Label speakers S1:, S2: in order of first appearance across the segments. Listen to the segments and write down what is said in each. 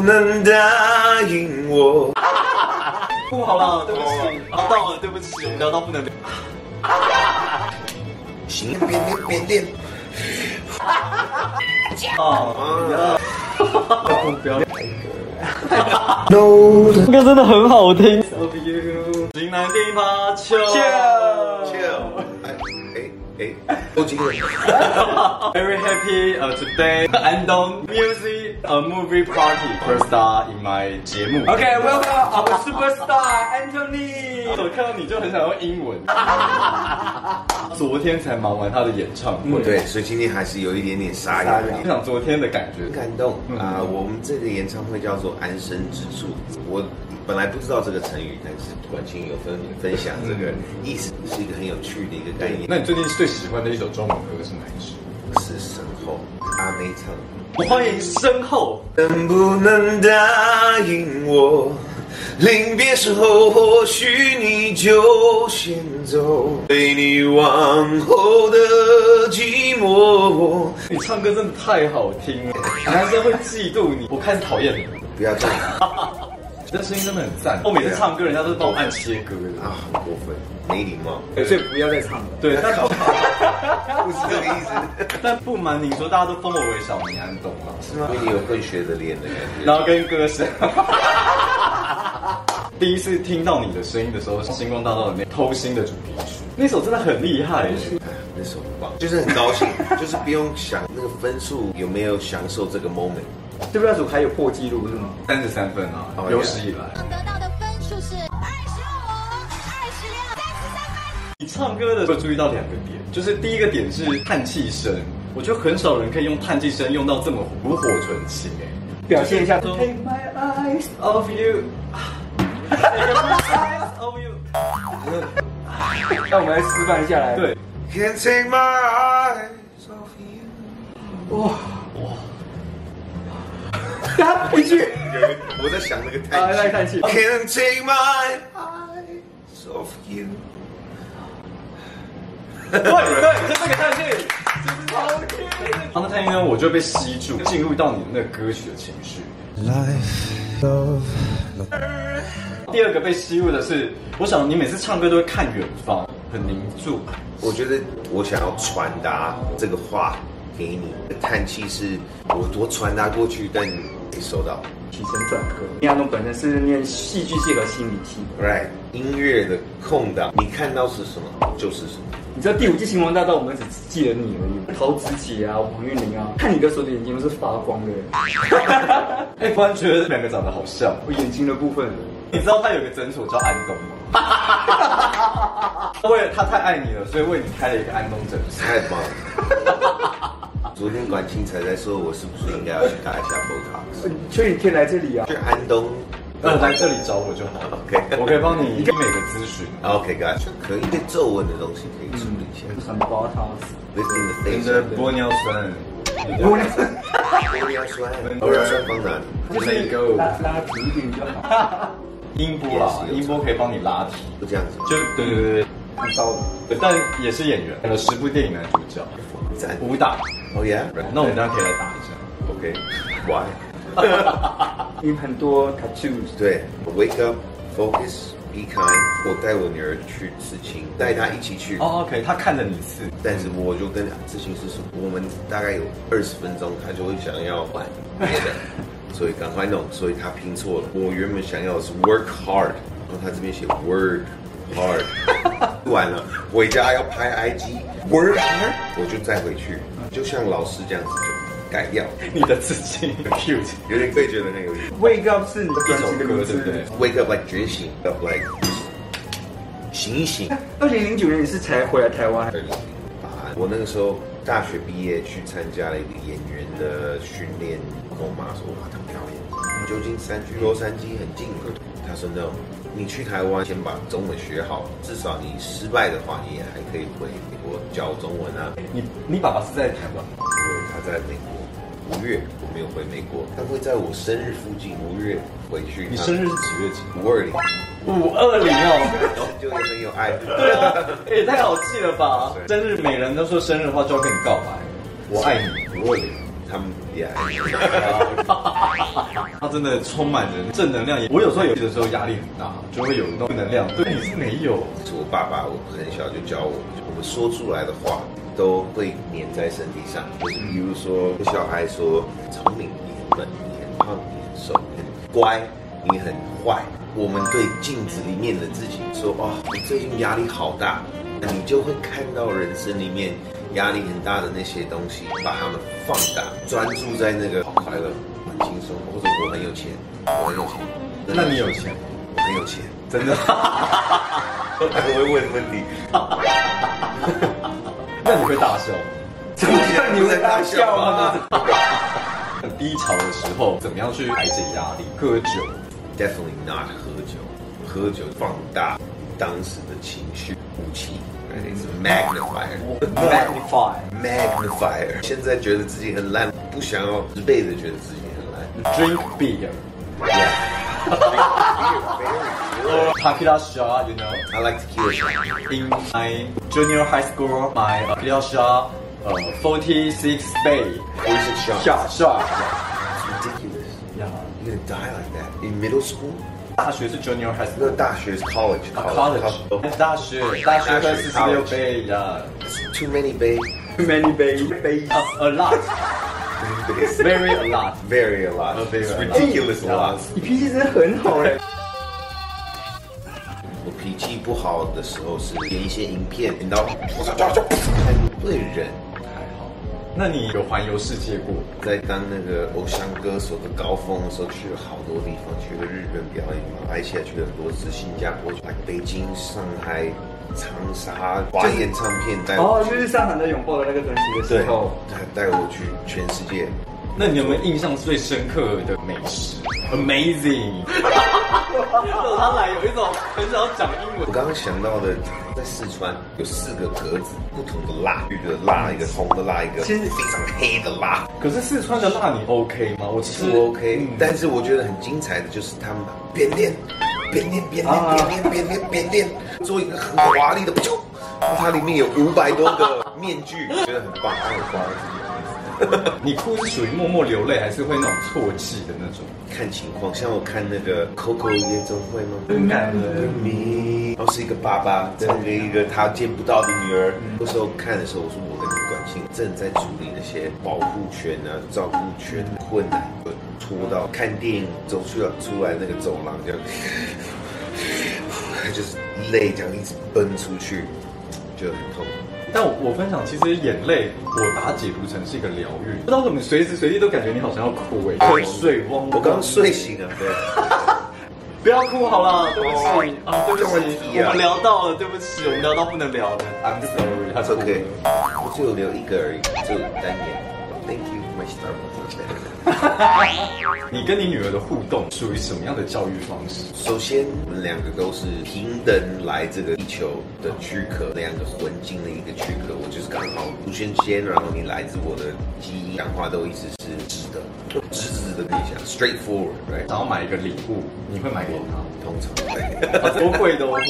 S1: 能答应我。
S2: 不好了，对不起，啊到了，对不起，我们聊到不能聊。
S1: 行，别别别练。
S2: 哦，不要。
S1: No，
S3: 这个真的很好听。
S2: Love you，型男电趴球。
S1: 哎哎哎，都几个人？
S2: Very happy uh, today. And on music a movie party first star in my 节目。Okay, welcome our superstar Anthony. 我看到你就很想用英文。 昨天才忙完他的演唱会，
S1: 对，所以今天还是有一点点傻
S2: 非
S1: 眼。
S2: 常昨天的感觉
S1: 很。感动啊、我们这个演唱会叫做《安身之处》，我本来不知道这个成语，但是管清有分分享这个意思，是一个很有趣的一个概念。
S2: 那你最近最喜欢的一首中文歌是哪一首？
S1: 是身后阿妹唱的。
S2: 我欢迎身后。
S1: 能不能答应我？临别时候，或许你就先走，被你往后的寂寞。
S2: 你唱歌真的太好听了，男生会嫉妒你，我开始讨厌你。
S1: 不要啊这样
S2: 这声音真的很赞，我每次唱歌人家都帮我按切歌的，
S1: 啊，很过分，没礼貌，
S3: 所以不要再唱了。
S2: 对，但不
S1: 不是这个意思，
S2: 但不瞒您说，大家都封我为小明安东了，是吗？
S1: 因为你有混血的脸的感觉。
S2: 然后跟歌声。 第一次听到你的声音的时候，是《星光大道》里面《偷心》的主题曲，那首真的很厉害耶。
S1: 哎那时候很棒，就是很高兴，就是不用想那个分数有没有享受这个 moment。
S3: 对不对？组还有破纪录是吗？
S2: 三十三分啊
S1: 哦，
S2: 有史以来，
S4: 我得到的分数是二十五、二十六、三十三分。
S2: 你唱歌的时候注意到两个点，就是第一个点是叹气声，我觉得很少人可以用叹气声用到这么炉火纯青哎。
S3: 表现一下说
S2: Take my eyes off you. Take my eyes off you.
S3: 让我们来示范一下来。，
S2: 对，
S1: Can't take my eyes off you。
S3: 他一句
S1: 有一我在想那个
S3: 啊，来
S1: 太
S3: 叹气。
S1: Can't take my eyes off you。
S2: 对对，就这个叹气，就是好听。好，那叹气呢，我就被吸住，进入到你的那个歌曲的情绪。第二个被吸入的是，我想你每次唱歌都会看远方，很凝注。
S1: 我觉得我想要传达这个话给你，叹气是我我传达过去，但你没收到。
S3: 起身转科，林亚东本身是念戏剧系和心理系的。
S1: Right，音乐的空档，你看到是什么就是什么。
S3: 你知道第五季《星光大道》，我们只记得你而已。陶子姐啊，王韵玲啊，看你的时候的眼睛都是发光的，
S2: 哎，突然觉得两个长得好像。
S3: 我眼睛的部分。
S2: 你知道他有个诊所叫安东吗？ 为了他太爱你了，所以为你开了一个安东诊所。
S1: 太棒 了！昨天管清才在说，我是不是应该要去打一下 Botox？
S3: 你确定可以来这里啊？
S1: 去安东
S2: 呃，来这里找我就好了
S1: OK
S2: 我可以帮你医美的咨询。
S1: ，OK，哥，可以一些皱纹的东西可以处理一下。
S3: 很包他。
S1: Lifting
S2: 你
S1: 嗯 the
S2: 的
S1: face，
S2: 玻尿酸，
S3: 我俩
S1: 玻尿酸，玻尿酸放哪里？
S2: 就是一个
S3: 拉拉平一点就好，
S2: 音波啦，音波可以帮你拉提，
S1: 就这样子，
S2: 就对对对
S3: 很骚的。
S2: 对，但也是演员，有十部电影男主角，
S1: 赞。
S2: 武打。
S1: 哦耶
S2: 那我们等一下可以来打一下。
S1: ，OK，Why？
S3: 你很多 tattoo
S1: 对，Wake up，focus，be kind。我带我女儿去刺青，带她一起去。
S2: 哦，OK，他看着你刺，
S1: 但是我就跟刺青师说，我们大概有二十分钟，她就会想要玩别的，所以赶快弄。所以她拼错了，我原本想要的是 work hard，然后她这边写 work hard，完了回家要拍 IG work hard，我就再回去，就像老师这样子就改掉，
S2: 你的刺 青很 cute，
S1: 有点会觉得那个。
S3: Wake Up 是你的
S2: 一
S3: 专
S2: 首
S3: 辑的
S2: 歌
S3: 名
S2: 对不对
S3: 字。？
S1: wake up like 觉醒，up like 醒一醒。
S3: 二零零九年你是才回来台湾，
S1: 二零零八，啊我那个时候大学毕业去参加了一个演员的训练，跟我妈说哇，她漂亮，旧金山距洛杉矶很近。她说 no，你去台湾先把中文学好，至少你失败的话，你也还可以回美国教中文啊。
S2: 你你爸爸是在台湾
S1: 因
S2: 吗？
S1: 为她在美国五月我没有回美国，她会在我生日附近五月回去。
S2: 你生日是几月几？
S1: 五二零，
S2: 五二零 哦。
S1: 就也很有爱。
S2: 对啊，也、太好记了吧！生日每人都说生日的话就要跟你告白，我爱你。
S1: 我也他们也爱你。
S2: 它真的充满着正能量。我有时候有的时候压力很大，就会有那种正能量。对你是没有，
S1: 是我爸爸，我很小就教我，我们说出来的话都会粘在身体上。就是比如说，小孩说：“聪明，你很笨，你很胖，你很瘦，你很乖，你很坏。”我们对镜子里面的自己说：“哦，你最近压力好大。”那你就会看到人生里面压力很大的那些东西，把它们放大，专注在那个好快乐、很轻松，或者我很有钱，我很有钱。
S2: 那你有钱？
S1: 我很有钱。
S2: 真的？
S1: 他会问问题，
S2: 那你会大 笑吗？
S1: 怎么样？你们大笑吗？
S2: 很 低潮的时候，怎么样去排解压力？喝酒，
S1: Definitely not 喝酒，喝酒放大当时的情绪武器，right? It's a magnifier。
S3: magnify。
S1: magnifier。现在觉得自己很烂，不想要一辈子觉得自己很烂。
S2: drink beer, tequila shot, you know.
S1: I like tequila.
S2: In my junior high school, my uh, tequila shot, uh, 46 bay
S1: Poison shot.
S2: shot shot.
S1: It's ridiculous.
S2: Yeah.
S1: You're gonna die like that in middle school.
S2: 大学是 junior high
S1: 那
S2: school,
S1: 大学 college
S2: uh, college. 大学大学
S1: 大
S2: 喝
S1: 学
S2: 四十六
S1: college
S2: 杯，yeah.
S1: Too many bay
S3: Many baby baby。
S2: A, a lot, very a lot.
S1: very a lot.
S2: A very
S1: It's
S2: a lot.
S1: ridiculous a lot.
S3: 你脾气真的很好哎。
S1: 我脾气不好的时候是演一些影片，演到我操，抓就不对人。
S2: 还好。那你有环游世界过？
S1: 在当那个偶像歌手的高峰的时候，去了好多地方，去了日本表演马来西亚去了很多次，新加坡、来北京、上海、长沙，华研唱片带我
S3: 哦，
S1: 去，
S3: 就是上海的拥抱的那个专辑的
S1: 对
S3: 时候，，
S1: 他带我去全世界。
S2: 那你有没有印象最深刻的美食？Amazing！让他来有一种很想要讲英
S1: 我
S2: 文。
S1: 刚刚想到的，在四川有四个格子，不同的辣，绿的辣，一个红的辣，一个
S3: 其实
S1: 非常黑的辣。
S2: 可是四川的辣你 OK 吗？我吃
S1: 不 OK，、
S2: 嗯
S1: 但是我觉得很精彩的就是他们把扁担，扁担，扁担，扁担，扁担，扁担，做一个很华丽的，啾，它里面有五百多个面具，觉得很棒，它很华丽。
S2: 你哭是属于默默流泪，还是会那种啜泣的那种？
S1: 看情况，像我看那个 Coco 夜总会吗？
S3: 很感人。
S1: 你，然后是一个爸爸唱给一个他见不到的女儿。那时候看的时候，我说我跟管清正在处理那些保护权啊、照顾权的困难，我拖到看电影走出来出来那个走廊这样， 就是泪这样一直奔出去，就很痛。
S2: 但我我分享，其实眼泪我把它解读成是一个疗愈。不知道怎么，随时随地都感觉你好像要哭哎、欸，水汪。
S1: 我刚睡醒啊，对，
S2: 不要哭好了，对不起啊，对不
S1: 这么
S2: 起，
S1: 低啊
S2: 我们聊到了，对不起，我们聊到不能聊的，I'm sorry，他
S1: 他说 OK，我只有留一个而已，只有单眼。Thank you, my Starbucks.
S2: 你跟你女儿的互动属于什么样的教育方式？
S1: 首先，我们两个都是平等来这个地球的躯壳，两个混进了一个躯壳。我就是刚好无先先，然后你来自我的基因，讲话都一直是直的，直直的跟你讲，straightforward，right？
S2: 想要买一个礼物，你会买给她？
S1: 通常对，
S2: 啊都会都会。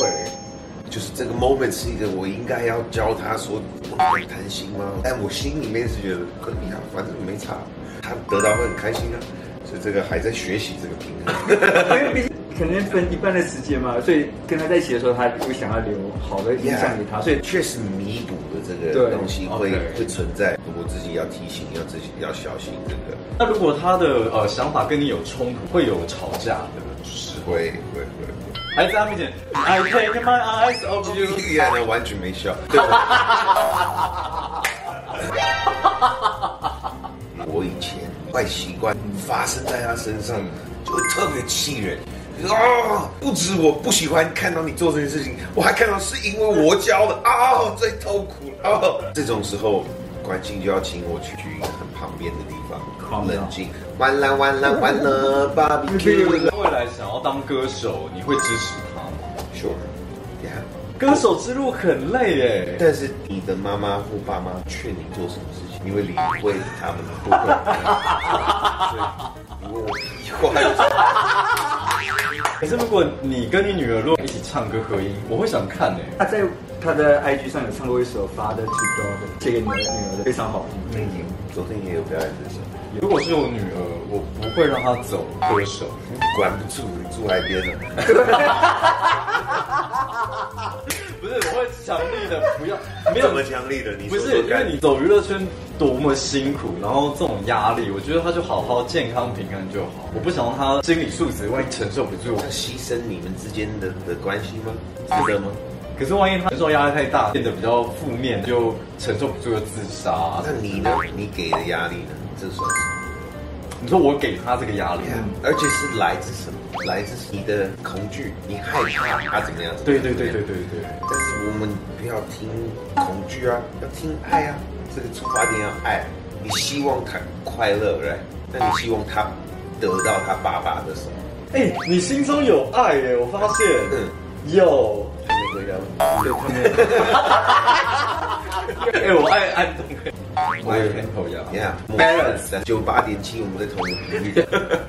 S1: 就是这个 moment 是一个我应该要教他说我很贪心吗？但我心里面是觉得可以啊，反正没差，他得到会很开心啊。所以这个还在学习这个平衡。
S3: 因为毕竟肯定分一半的时间嘛，所以跟他在一起的时候，他会想要留好的印象给他，所以
S1: 确实弥补的这个
S3: 对
S1: 东西会
S2: OK
S1: 会存在，我自己要提醒，要自己要小心这个。
S2: 那如果她的呃想法跟你有冲突，会有吵架的时候，
S1: 会会会，
S2: 还是她面前，I take my eyes off you。
S1: 依然完全没笑。对我以前坏习惯发生在他身上，就会特别气人。啊！不止我不喜欢看到你做这件事情，我还看到是因为我教的啊，最痛苦啊！这种时候，关心就要请我去去一个很旁边的地方，
S3: 狂聊
S1: 冷静。完了完了完了，barbecue 了。
S2: 未来想要当歌手，你会支持她吗？
S1: Sure，yeah。
S2: 歌手之路很累耶，
S1: 但是你的妈妈或爸妈劝你做什么事情，你会理会他们不会？对，你问我屁话，
S2: 可是如果你跟你女儿如果一起唱歌合音，我会想看哎。
S3: 他在他的 IG 上有唱过一首《Father to Daughter》，写给女儿女儿的，非常好听。
S1: 昨天也有表演这首，
S2: 业。如果是我女儿，我不会让她走歌手。
S1: 管不住，你住海边的，
S2: 不是，我会强力的不要，没有
S1: 这么强力的，你
S2: 不
S1: 说
S2: 是
S1: 说
S2: 因
S1: 看
S2: 为你走娱乐圈多么辛苦，然后这种压力，我觉得他就好好健康平衡就好。我不想让他心理素质万一承受不住
S1: 要，牺牲你们之间的的关系吗？值得吗？
S2: 可是万一他承受压力太大，变得比较负面，就承受不住就自杀、
S1: 那你呢？你给的压力呢？这算什么？
S2: 你说我给他这个压力，
S1: 而且是来自什么？来自你的恐惧，你害怕他怎么样？
S2: 对对对对对对，
S1: 但是我们不要听恐惧啊，要听爱啊。这个出发点要爱，你希望他快乐，right？那你希望他得到他爸爸的什么？
S2: 哎、你心中有爱耶，我发现
S1: 嗯，
S2: 有。
S1: 还没回答吗？
S2: 哎、我爱安东，我也很口
S1: 你
S2: 压。
S1: 看
S2: Balance
S1: 九八点七，我们在同一个 频率。
S3: 啊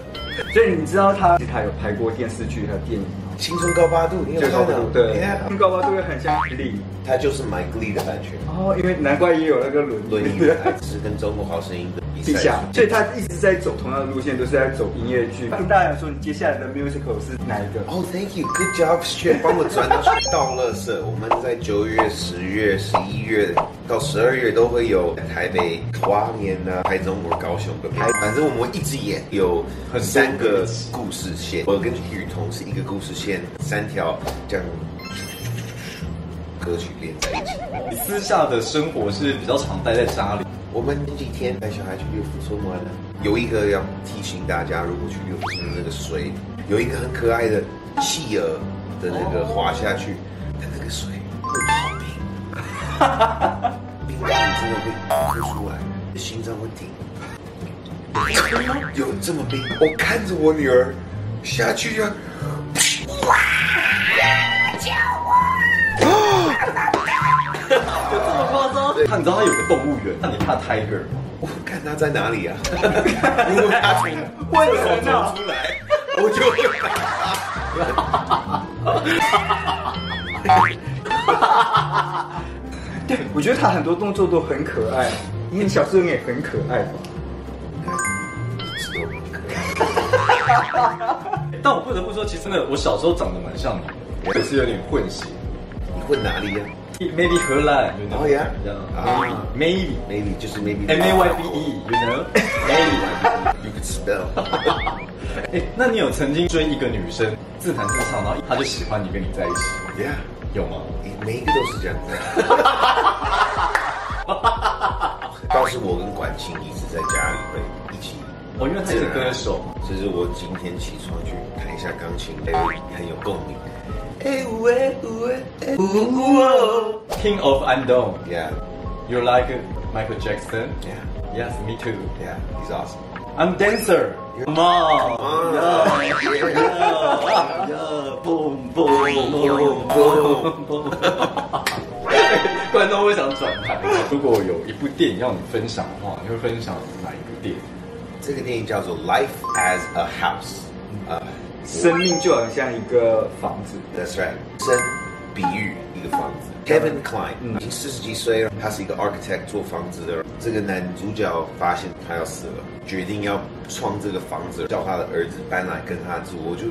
S3: 所以你知道他他有拍过电视剧还有电影吗？
S1: 青春高八度，啊你有看到？
S3: 对
S1: Yeah，，
S3: 高高都会很像李。
S1: 它就是买 Glee 的版权，
S3: 哦，因为难怪也有那个轮
S1: 论 音乐台是跟中国好声音的比
S3: 地
S1: 赛
S3: 下，所以他一直在走同样的路线，都是在走音乐剧。跟大家讲说，你接下来的 musical 是哪一个？
S1: 哦、t h a n k you，Good job，去帮我转到去到乐色。我们在九月、十月、十一月到十二月都会有台北花莲啊、台中我高雄的台，反正我们一直演有
S2: 很多
S1: 三个故事线。我跟雨桐是一个故事线，三条这样歌曲连在一起。
S2: 你私下的生活是比较常待在家里，
S1: 我们前几天带小孩去六福村玩了，有一个要提醒大家，如果去六福村的那个水，有一个很可爱的企鹅的那个滑下去，但那个水会跑冰，冰到你真的会哭出来，啊心脏会停。有这么冰？我看着我女儿下去就。
S2: 这么夸张？他你知道他有个动物园，那你怕 tiger 吗？
S1: 我看他在哪里啊？如果他从
S3: 为
S1: 厕所走出来，我就会 把他
S3: 对，我觉得他很多动作都很可爱。你小时候也很可
S2: 哎
S3: 爱吧？
S1: 知道吗
S2: 但我不得不说，其实真的，我小时候长得蛮像你的，可是有点混血。
S1: 你混哪里呀、啊
S2: Maybe 荷兰，you know，
S1: 哦呀
S2: Oh, yeah，
S1: 啊
S2: maybe
S1: ？Maybe 就是 maybe。
S2: M A Y B E, E，you know，maybe。
S1: You could spell。
S2: 哎，那你有曾经追一个女生，自弹自唱，然后她就喜欢你，跟你在一起，
S1: Yeah，
S2: 有吗？
S1: 每一个都是这样 子。倒是我跟管清一直在家里会一起。
S2: 哦，因为她也是歌手，
S1: 这是我今天起床去弹一下钢琴，哎，很有共鸣。哎呜哎呜哎哎呜呜哦。
S2: King of Unknown。
S1: Yeah，yeah，yeah，he's
S2: You like Michael Jackson? Yes, me too.
S1: awesome。
S2: I'm dancer. Come on.
S1: on.
S2: Yeah, yeah, yeah. Boom, boom, boom, boom, boom. 观众会想转台。如果有一部电影要你分享的话，你会分享哪一部电影？
S1: 这个电影叫做《Life as a House》啊、Uh,
S3: 生命就好像一个房子，
S1: That's right，生比喻一个房子。Kevin Klein 已经四十几岁了，他是一个 architect 做房子的。这个男主角发现他要死了，决定要创这个房子，叫他的儿子搬来跟他住。我就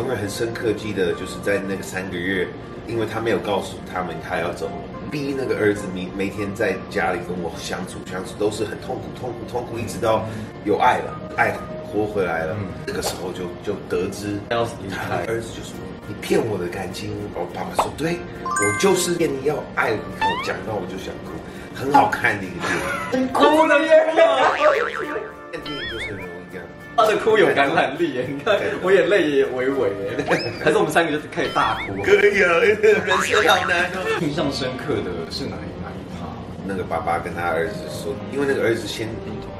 S1: 永远很深刻记得，就是在那个三个月，因为他没有告诉他们他要走了。逼那个儿子每每天在家里跟我相处相处都是很痛苦痛苦痛苦，一直到有爱了，爱活回来了。这个时候就就得知
S2: 要离开
S1: 儿子就说：“你骗我的感情。”我爸爸说：“对，我就是骗你要爱你。”看我讲到我就想哭，很好看的一个电
S2: 你哭了耶！
S1: 影，那电影就是很容易这样。
S2: 他的哭有感染力耶，你看我眼泪也微微 耶。还是我们三个就开始大哭。
S1: 可以啊，人生好难哦。
S2: 印象深刻的是哪一哪一趴？
S1: 那个爸爸跟他儿子说，因为那个儿子先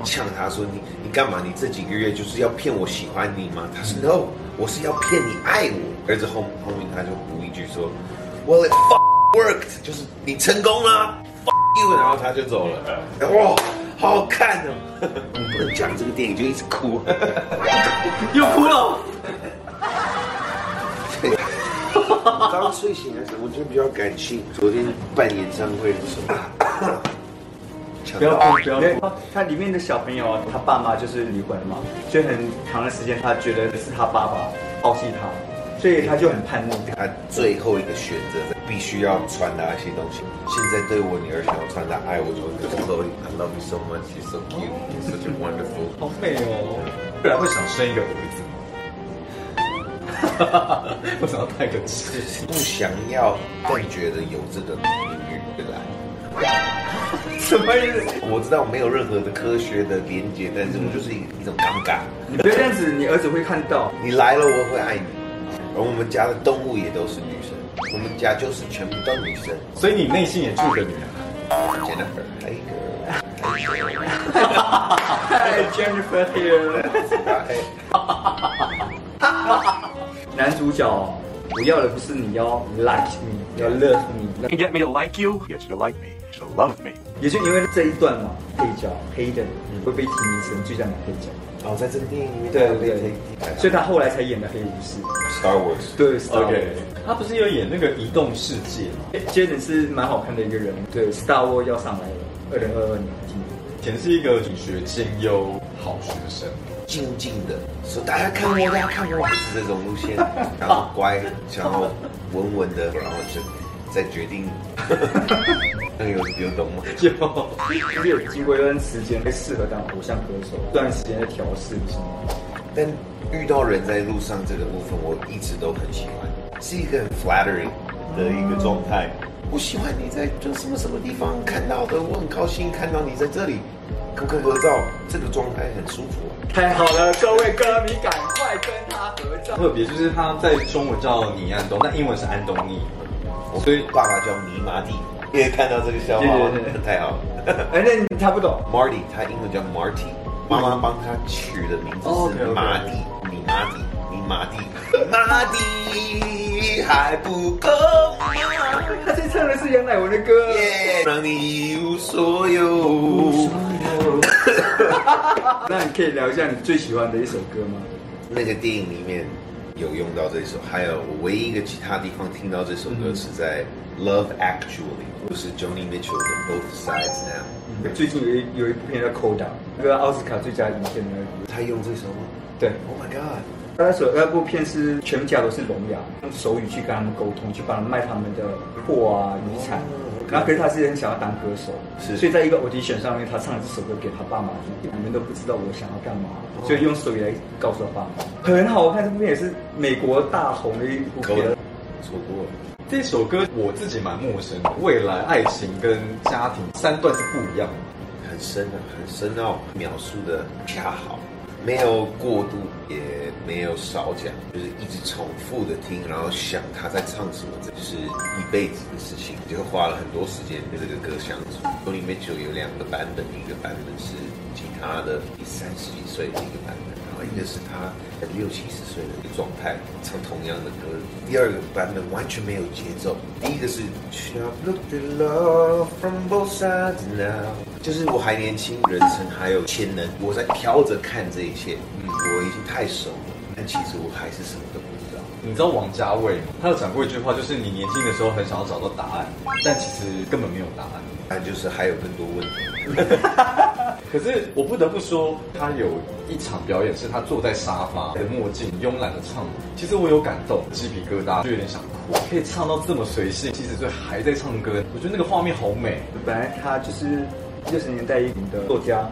S1: 呛他说：“你你干嘛？你这几个月就是要骗我喜欢你吗？”他说：“No，我是要骗你爱我。”儿子后后面他就补一句说：“Well, it f- worked，就是你成功了，f- you。”然后他就走了。哇，好好看哦！你 不能讲这个电影就一直哭。
S2: 又哭了。
S1: 刚睡 醒的时候，我就比较感性。昨天办演唱会的时候，抢
S2: 不要
S1: 到
S2: 哭，不要
S3: 因为
S2: 哭。
S3: 他里面的小朋友，他爸妈就是离婚嘛，所以很长的时间，他觉得是他爸爸抛弃他，所以他就很叛逆。
S1: 他最后一个选择，必须要传达一些东西。现在对我女儿想要传达爱，我就会跟她说，I love you so much, you're so cute, you're such a wonderful。
S2: 好美哦！不然会想生一个儿子吗？ 为什么要带个气？
S1: 不想要，但觉得有这个领域来。
S3: 什么意思？
S1: 我知道没有任何的科学的连接，但是我就是一一种尴尬。
S3: 你不要这样子，你儿子会看 到。
S1: 你来了，我会爱你。而我们家的动物也都是女生，我们家就是全部都女生。
S2: 所以你内心也住个女人。
S1: Jennifer Tiger，
S3: 嗨，Jennifer here。男主角我要的不是你要 like 你，要 love 你。
S5: can get me to like you, yes, you like me, so love me.
S3: 也就因为这一段嘛，配角黑的会被提名成最佳男配角。
S1: 哦，在这个电影里面，
S3: 对对对，所以他后来才演的黑武士。
S1: Star Wars，
S3: 对
S2: OK，他不是有演那个《移动世界》吗？
S3: 哎 Jaden 是蛮好看的一个人物，对，Star War 要上来了，二零二二年今年。
S2: 以前是一个品学兼优好学生。
S1: 静静的说大家看我，大家看我，是这种路 线，然后乖，然后稳稳的，然后就再决定。 那有有懂吗？
S2: 有，
S3: 就是有经过一段时间，适合当偶像歌手，一段时间的调试期。
S1: 但遇到人在路上这个部分，我一直都很喜欢，是一个很 flattering 的一个状态。
S3: 嗯
S1: 我喜欢你在就什么什么地方看到的，我很高兴看到你在这里，可不可以合照？这个状态很舒服、
S3: 太好了，各位歌迷，赶快跟他合照。
S2: 特别就是他在中文叫倪安东，但英文是安东尼，
S1: 我
S2: 所以
S1: 爸爸叫尼玛蒂，因为看到这个笑话
S3: 对对对
S1: 太好了。
S3: 哎，那你他不懂，
S1: Marty，他英文叫 Marty，妈妈帮他取的名字
S2: 哦
S1: 是
S2: ，OK，OK
S1: 马蒂，你马蒂，你马蒂，马蒂还不够吗？
S3: 他啊这唱的是杨乃文的歌。
S1: 耶，让你一无所有。
S3: 那你可以聊一下你最喜欢的一首歌吗？
S1: 那个电影里面有用到这首，还有我唯一一个其他地方听到这首歌是在《Love Actually》，就是 Joni Mitchell 的《Both Sides Now》。
S3: 最近有一有一部片叫《Coda》，那个奥斯卡最佳影片的那
S1: 他用这首吗
S3: 个。对，
S1: ？Oh my god！
S3: 他那首那部片是全部家都是聋哑，用手语去跟他们沟通，去帮他们卖他们的货啊、遗产。然后，可是他是很想要当歌手，
S1: 是
S3: 所以在一个 audition 上面，他唱了这首歌给他爸妈听，你们都不知道我想要干嘛，所以用手语来告诉他爸妈。很好看，这部片也是美国大红的一部
S1: 够
S3: 片
S1: 了。，错过了。
S2: 这首歌我自己蛮陌生的。未来、爱情跟家庭三段是不一样的。
S1: 很深啊，很深奥，描述的恰好，没有过度，也没有少讲，就是一直重复的听，然后想他在唱什么，这就是一辈子的事情，就花了很多时间跟这个歌相处。Tony Mitchell 有两个版本，一个版本是吉他的，第三十几岁的一个版本。然后一个是他很六七十岁的一个状态，唱同样的歌。第二个版本完全没有节奏，第一个是 Look the love from both sides now，就是我还年轻，人生还有潜能，我在飘着看这一切。嗯，我已经太熟了，但其实我还是什么都不知道。
S2: 你知道王家卫吗？他有讲过一句话，就是你年轻的时候很想要找到答案，但其实根本没有答案。
S1: 但就是还有更多问题。
S2: 可是我不得不说，他有一场表演是他坐在沙发，戴着墨镜，慵懒的唱。其实我有感动，鸡皮疙瘩，就有点想哭。可以唱到这么随性，七十岁还在唱歌，我觉得那个画面好美。
S3: 本来他就是六十年代一名的作家，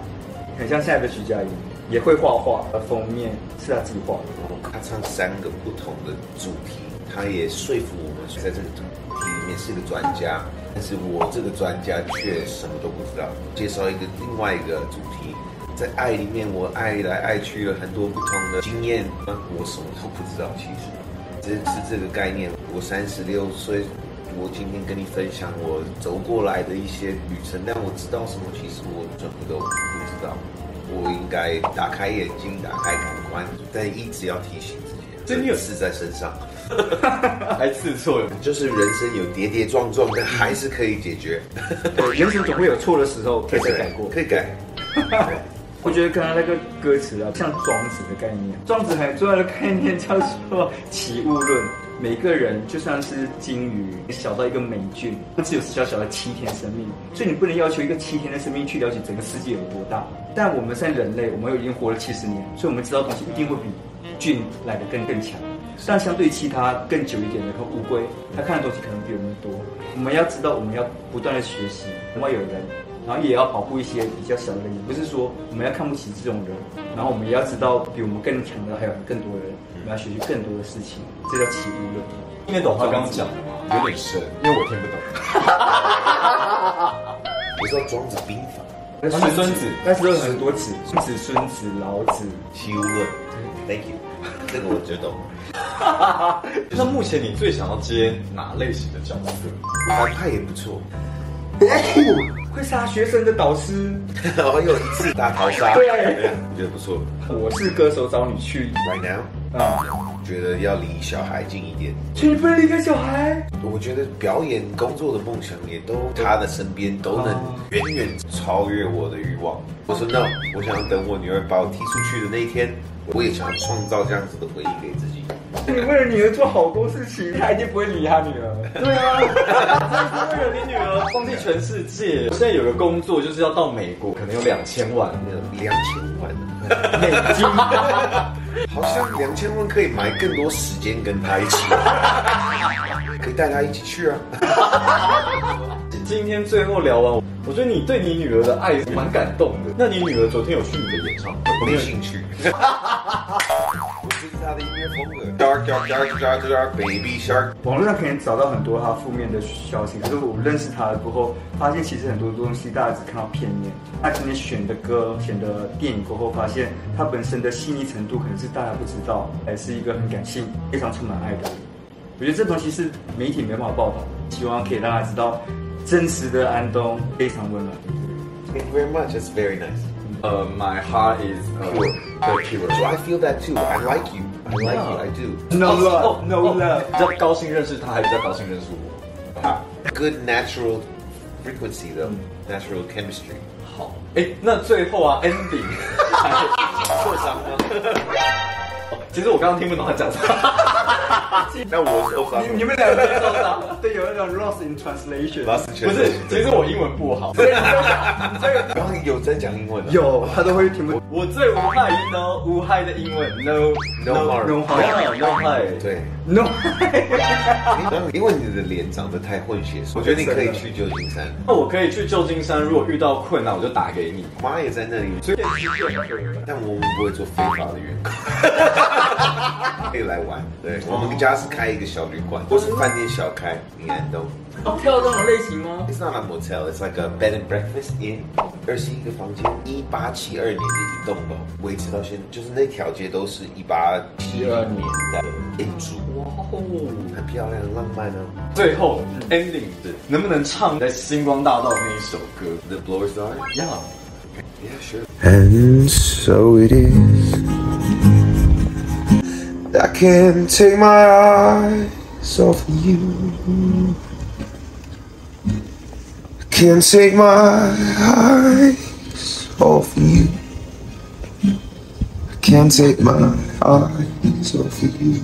S3: 很像现在的徐佳莹，也会画画，呃，封面是他自己画的。
S1: 他唱三个不同的主题，他也说服我们在这个主题里面是个专家，但是我这个专家却什么都不知道。介绍一个另外一个主题，在爱里面我爱来爱去了很多不同的经验，那我什么都不知道。其实，这是这个概念。我三十六岁。我今天跟你分享我走过来的一些旅程，但我知道什么，其实我全部都不知道。我应该打开眼睛，打开感官，但一直要提醒自己，
S2: 这你有
S1: 刺在身上，
S2: 还刺错了，
S1: 就是人生有跌跌撞撞，但还是可以解决，
S3: 对，人生总会有错的时候，可以再改过。
S1: 可以改。对
S3: 我觉得刚刚那个歌词啊，像庄子的概念，庄子很重要的概念叫做起物论。每个人就算是鲸鱼，小到一个霉菌，它只有小小的七天生命，所以你不能要求一个七天的生命去了解整个世界有多大。但我们现在人类，我们已经活了七十年，所以我们知道东西一定会比菌来的更更强。但相对其他更久一点的，和乌龟，它看的东西可能比我们多。我们要知道，我们要不断的学习，我们要有人然后也要保护一些比较小的人，也不是说我们要看不起这种人，然后我们也要知道比我们更强的还有更多的人，我们要学习更多的事情，这叫起义论。
S2: 听得懂他刚刚讲的吗？有点深，因为我听不懂。
S1: 我知道庄子兵法、
S3: 那
S2: 他是孙子
S3: 但是有很多子，子孙子、老子，
S1: 齐物论，Thank you，这个我就懂。
S2: 那目前你最想要接哪类型的角色？
S1: 反派也不错，
S3: 会杀学生的导师。
S1: 然后又有一次大逃杀，
S3: 对
S1: 我觉得不错。
S3: 我是歌手找你去
S1: Right now，
S3: 啊，
S1: 觉得要离小孩近一点。
S3: 所以你不能离开小孩。
S1: 我觉得表演工作的梦想也都他的身边都能远远超越我的欲望。我说 no，我想要等我女儿把我踢出去的那一天，我也想要创造这样子的回忆给自己。
S3: 你为了女儿做好多事情，他一定不会理他女儿。
S2: 对啊，为了你女儿放弃全世界。现在有个工作就是要到美国，可能有两千万。
S1: 两千万美金，好像两千万可以买更多时间跟他一起，可以带他一起去啊。
S2: 今天最后聊完，我觉得你对你女儿的爱蛮感动的。那你女儿昨天有去你的演唱会？
S1: 我没有兴趣。我支持他的音乐风格。Dark dark dark dark dark baby shark。
S3: 网络上可能找到很多他负面的消息，可是我认识他了过后，发现其实很多东西大家只看到片面。他今天选的歌、选的电影过后，发现他本身的细腻程度可能是大家不知道，还是一个很感性、非常充满爱的人。我觉得这东西是媒体没办法报道，希望可以让大家知道真实的安东非常温暖。
S1: Thank you very much. That's very nice.
S2: 呃、m y heart is pure，对
S1: So
S2: pure。
S1: I feel that too. I like you. I like you. I do.
S3: No love, no
S2: 哦
S3: love。
S2: 比较高兴认识他，还比较高兴认识我。
S1: Ah, Good natural frequency though. Natural chemistry.
S2: 好，哎，那最后啊，ending
S1: 受伤吗？
S2: 其实我刚刚听不懂他讲什么，
S1: 那我受伤
S3: 你
S1: 了。
S3: 你们两个都受伤，对，有那种 lost in translation。
S1: 老师
S2: 不是，其实我英文不好， 所以
S1: 刚刚有在讲英文的。
S3: 有，他都会听不懂。
S2: 我最无害，no 无害的英文，no
S1: No harm
S3: No harm
S2: no harm，
S1: 对，
S3: No，
S1: 因为你的脸长得太混血，我觉得你可以去旧金山。
S2: 那我可以去旧金山，如果遇到困难我就打给你。
S1: 妈也在那里，
S2: 随便去见人
S1: 但我们不会做非法的员工， 可以来玩。对，我们家是开一个小旅馆，
S3: 哦
S1: 或是饭店小开，你安东。
S3: 跳这种类型吗？
S1: It's not a motel, it's like a bed and breakfast in 二十一个房间，一八七二年的一栋楼，维持到现在，就是那条街都是一八七二年的建筑，
S2: 哦。
S1: 很漂亮，很浪漫啊。
S2: 最后 ending 是能不能唱在星光大道那一首歌
S1: The blowers are,
S2: 呀
S1: yeah, sure.
S6: And so it is. I can't take my eyes off of you. I can't take my eyes off of you. I can't take my eyes off of you.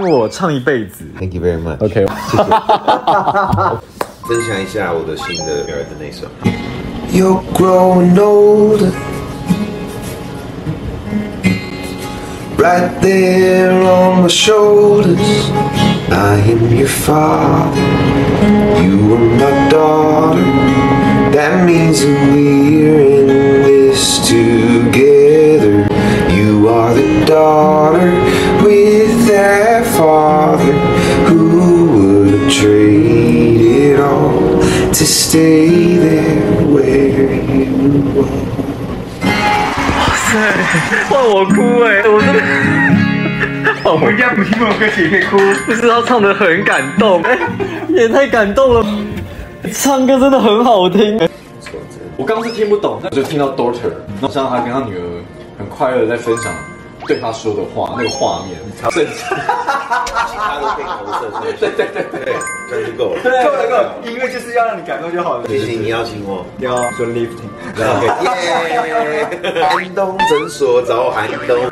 S1: Thank you very much. OK，分享一下我的新的女儿的那首。
S6: You're growing older. Right there on my shoulders, I am your father. You are my daughter. That means that we're in this together. You are the daughter with that father who would trade it all to stay there where you are.
S7: 换我哭哎、我真的。我应该不听我歌曲可以哭，不知道唱的很感动，哎也太感动了。唱歌真的很好听，
S2: 我刚刚是听不懂，但我就听到 daughter，然后像他跟他女儿 很快乐地在分享对他说的话，那个画面，最
S1: 他都被投射上去。对对对对，这样就够了。
S3: 够了够了，音乐就是要让你感动就好了。
S1: 谢谢你邀请我。
S3: 要做 lifting，
S1: 耶！ 安东诊所找安 东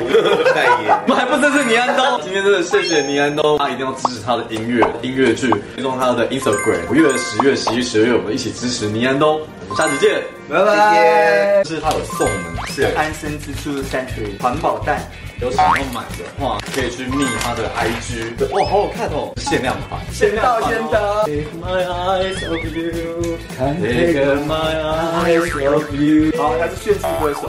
S1: 代言。
S2: 我还不支持倪安东。今天真的谢谢倪安东，大啊家一定要支持他的音乐音乐剧，追踪他的 Instagram。五月、十月、十一、十二月，我们一起支持倪安东。我们下期见。
S3: 拜拜。
S2: 是他有送我们
S3: 是安身之处三 e 环保袋，
S2: 有想要买的话，可以去密他的 IG。哇，好好看哦，限量款。
S3: 先到先到。
S2: Take my eyes off you, take my eyes off you。
S3: 好，他是炫技歌手。